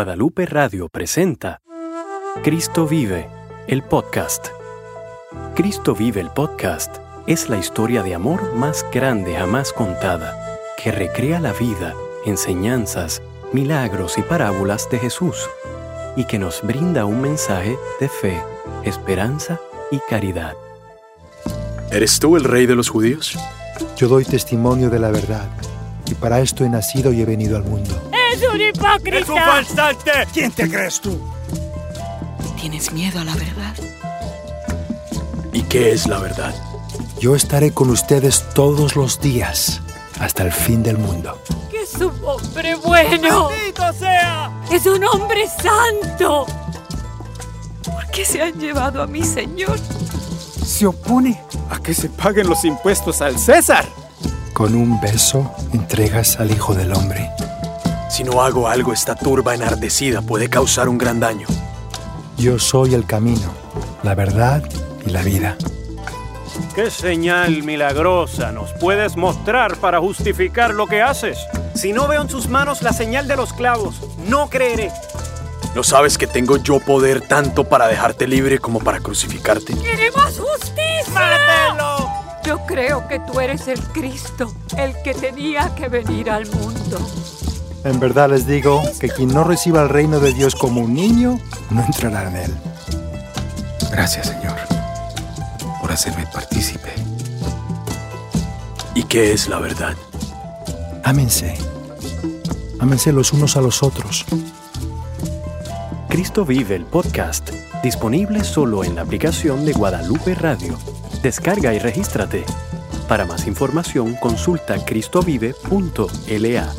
Guadalupe Radio presenta Cristo Vive, el podcast. Cristo Vive el podcast es la historia de amor más grande jamás contada, que recrea la vida, enseñanzas, milagros y parábolas de Jesús, y que nos brinda un mensaje de fe, esperanza y caridad. ¿Eres tú el rey de los judíos? Yo doy testimonio de la verdad, y para esto he nacido y he venido al mundo. ¡Es un hipócrita! ¡Es un falsante! ¿Quién te crees tú? ¿Tienes miedo a la verdad? ¿Y qué es la verdad? Yo estaré con ustedes todos los días, hasta el fin del mundo. ¡Que es un hombre bueno! ¡Maldito sea! ¡Es un hombre santo! ¿Por qué se han llevado a mi Señor? Se opone a que se paguen los impuestos al César. Con un beso entregas al Hijo del Hombre. Si no hago algo, esta turba enardecida puede causar un gran daño. Yo soy el camino, la verdad y la vida. ¿Qué señal milagrosa nos puedes mostrar para justificar lo que haces? Si no veo en sus manos la señal de los clavos, no creeré. ¿No sabes que tengo yo poder tanto para dejarte libre como para crucificarte? ¡Queremos justicia! ¡Mátelo! Yo creo que tú eres el Cristo, el que tenía que venir al mundo. En verdad les digo que quien no reciba el reino de Dios como un niño, no entrará en él. Gracias, Señor, por hacerme partícipe. ¿Y qué es la verdad? Ámense. Ámense los unos a los otros. Cristo Vive el podcast, disponible solo en la aplicación de Guadalupe Radio. Descarga y regístrate. Para más información, consulta cristovive.la.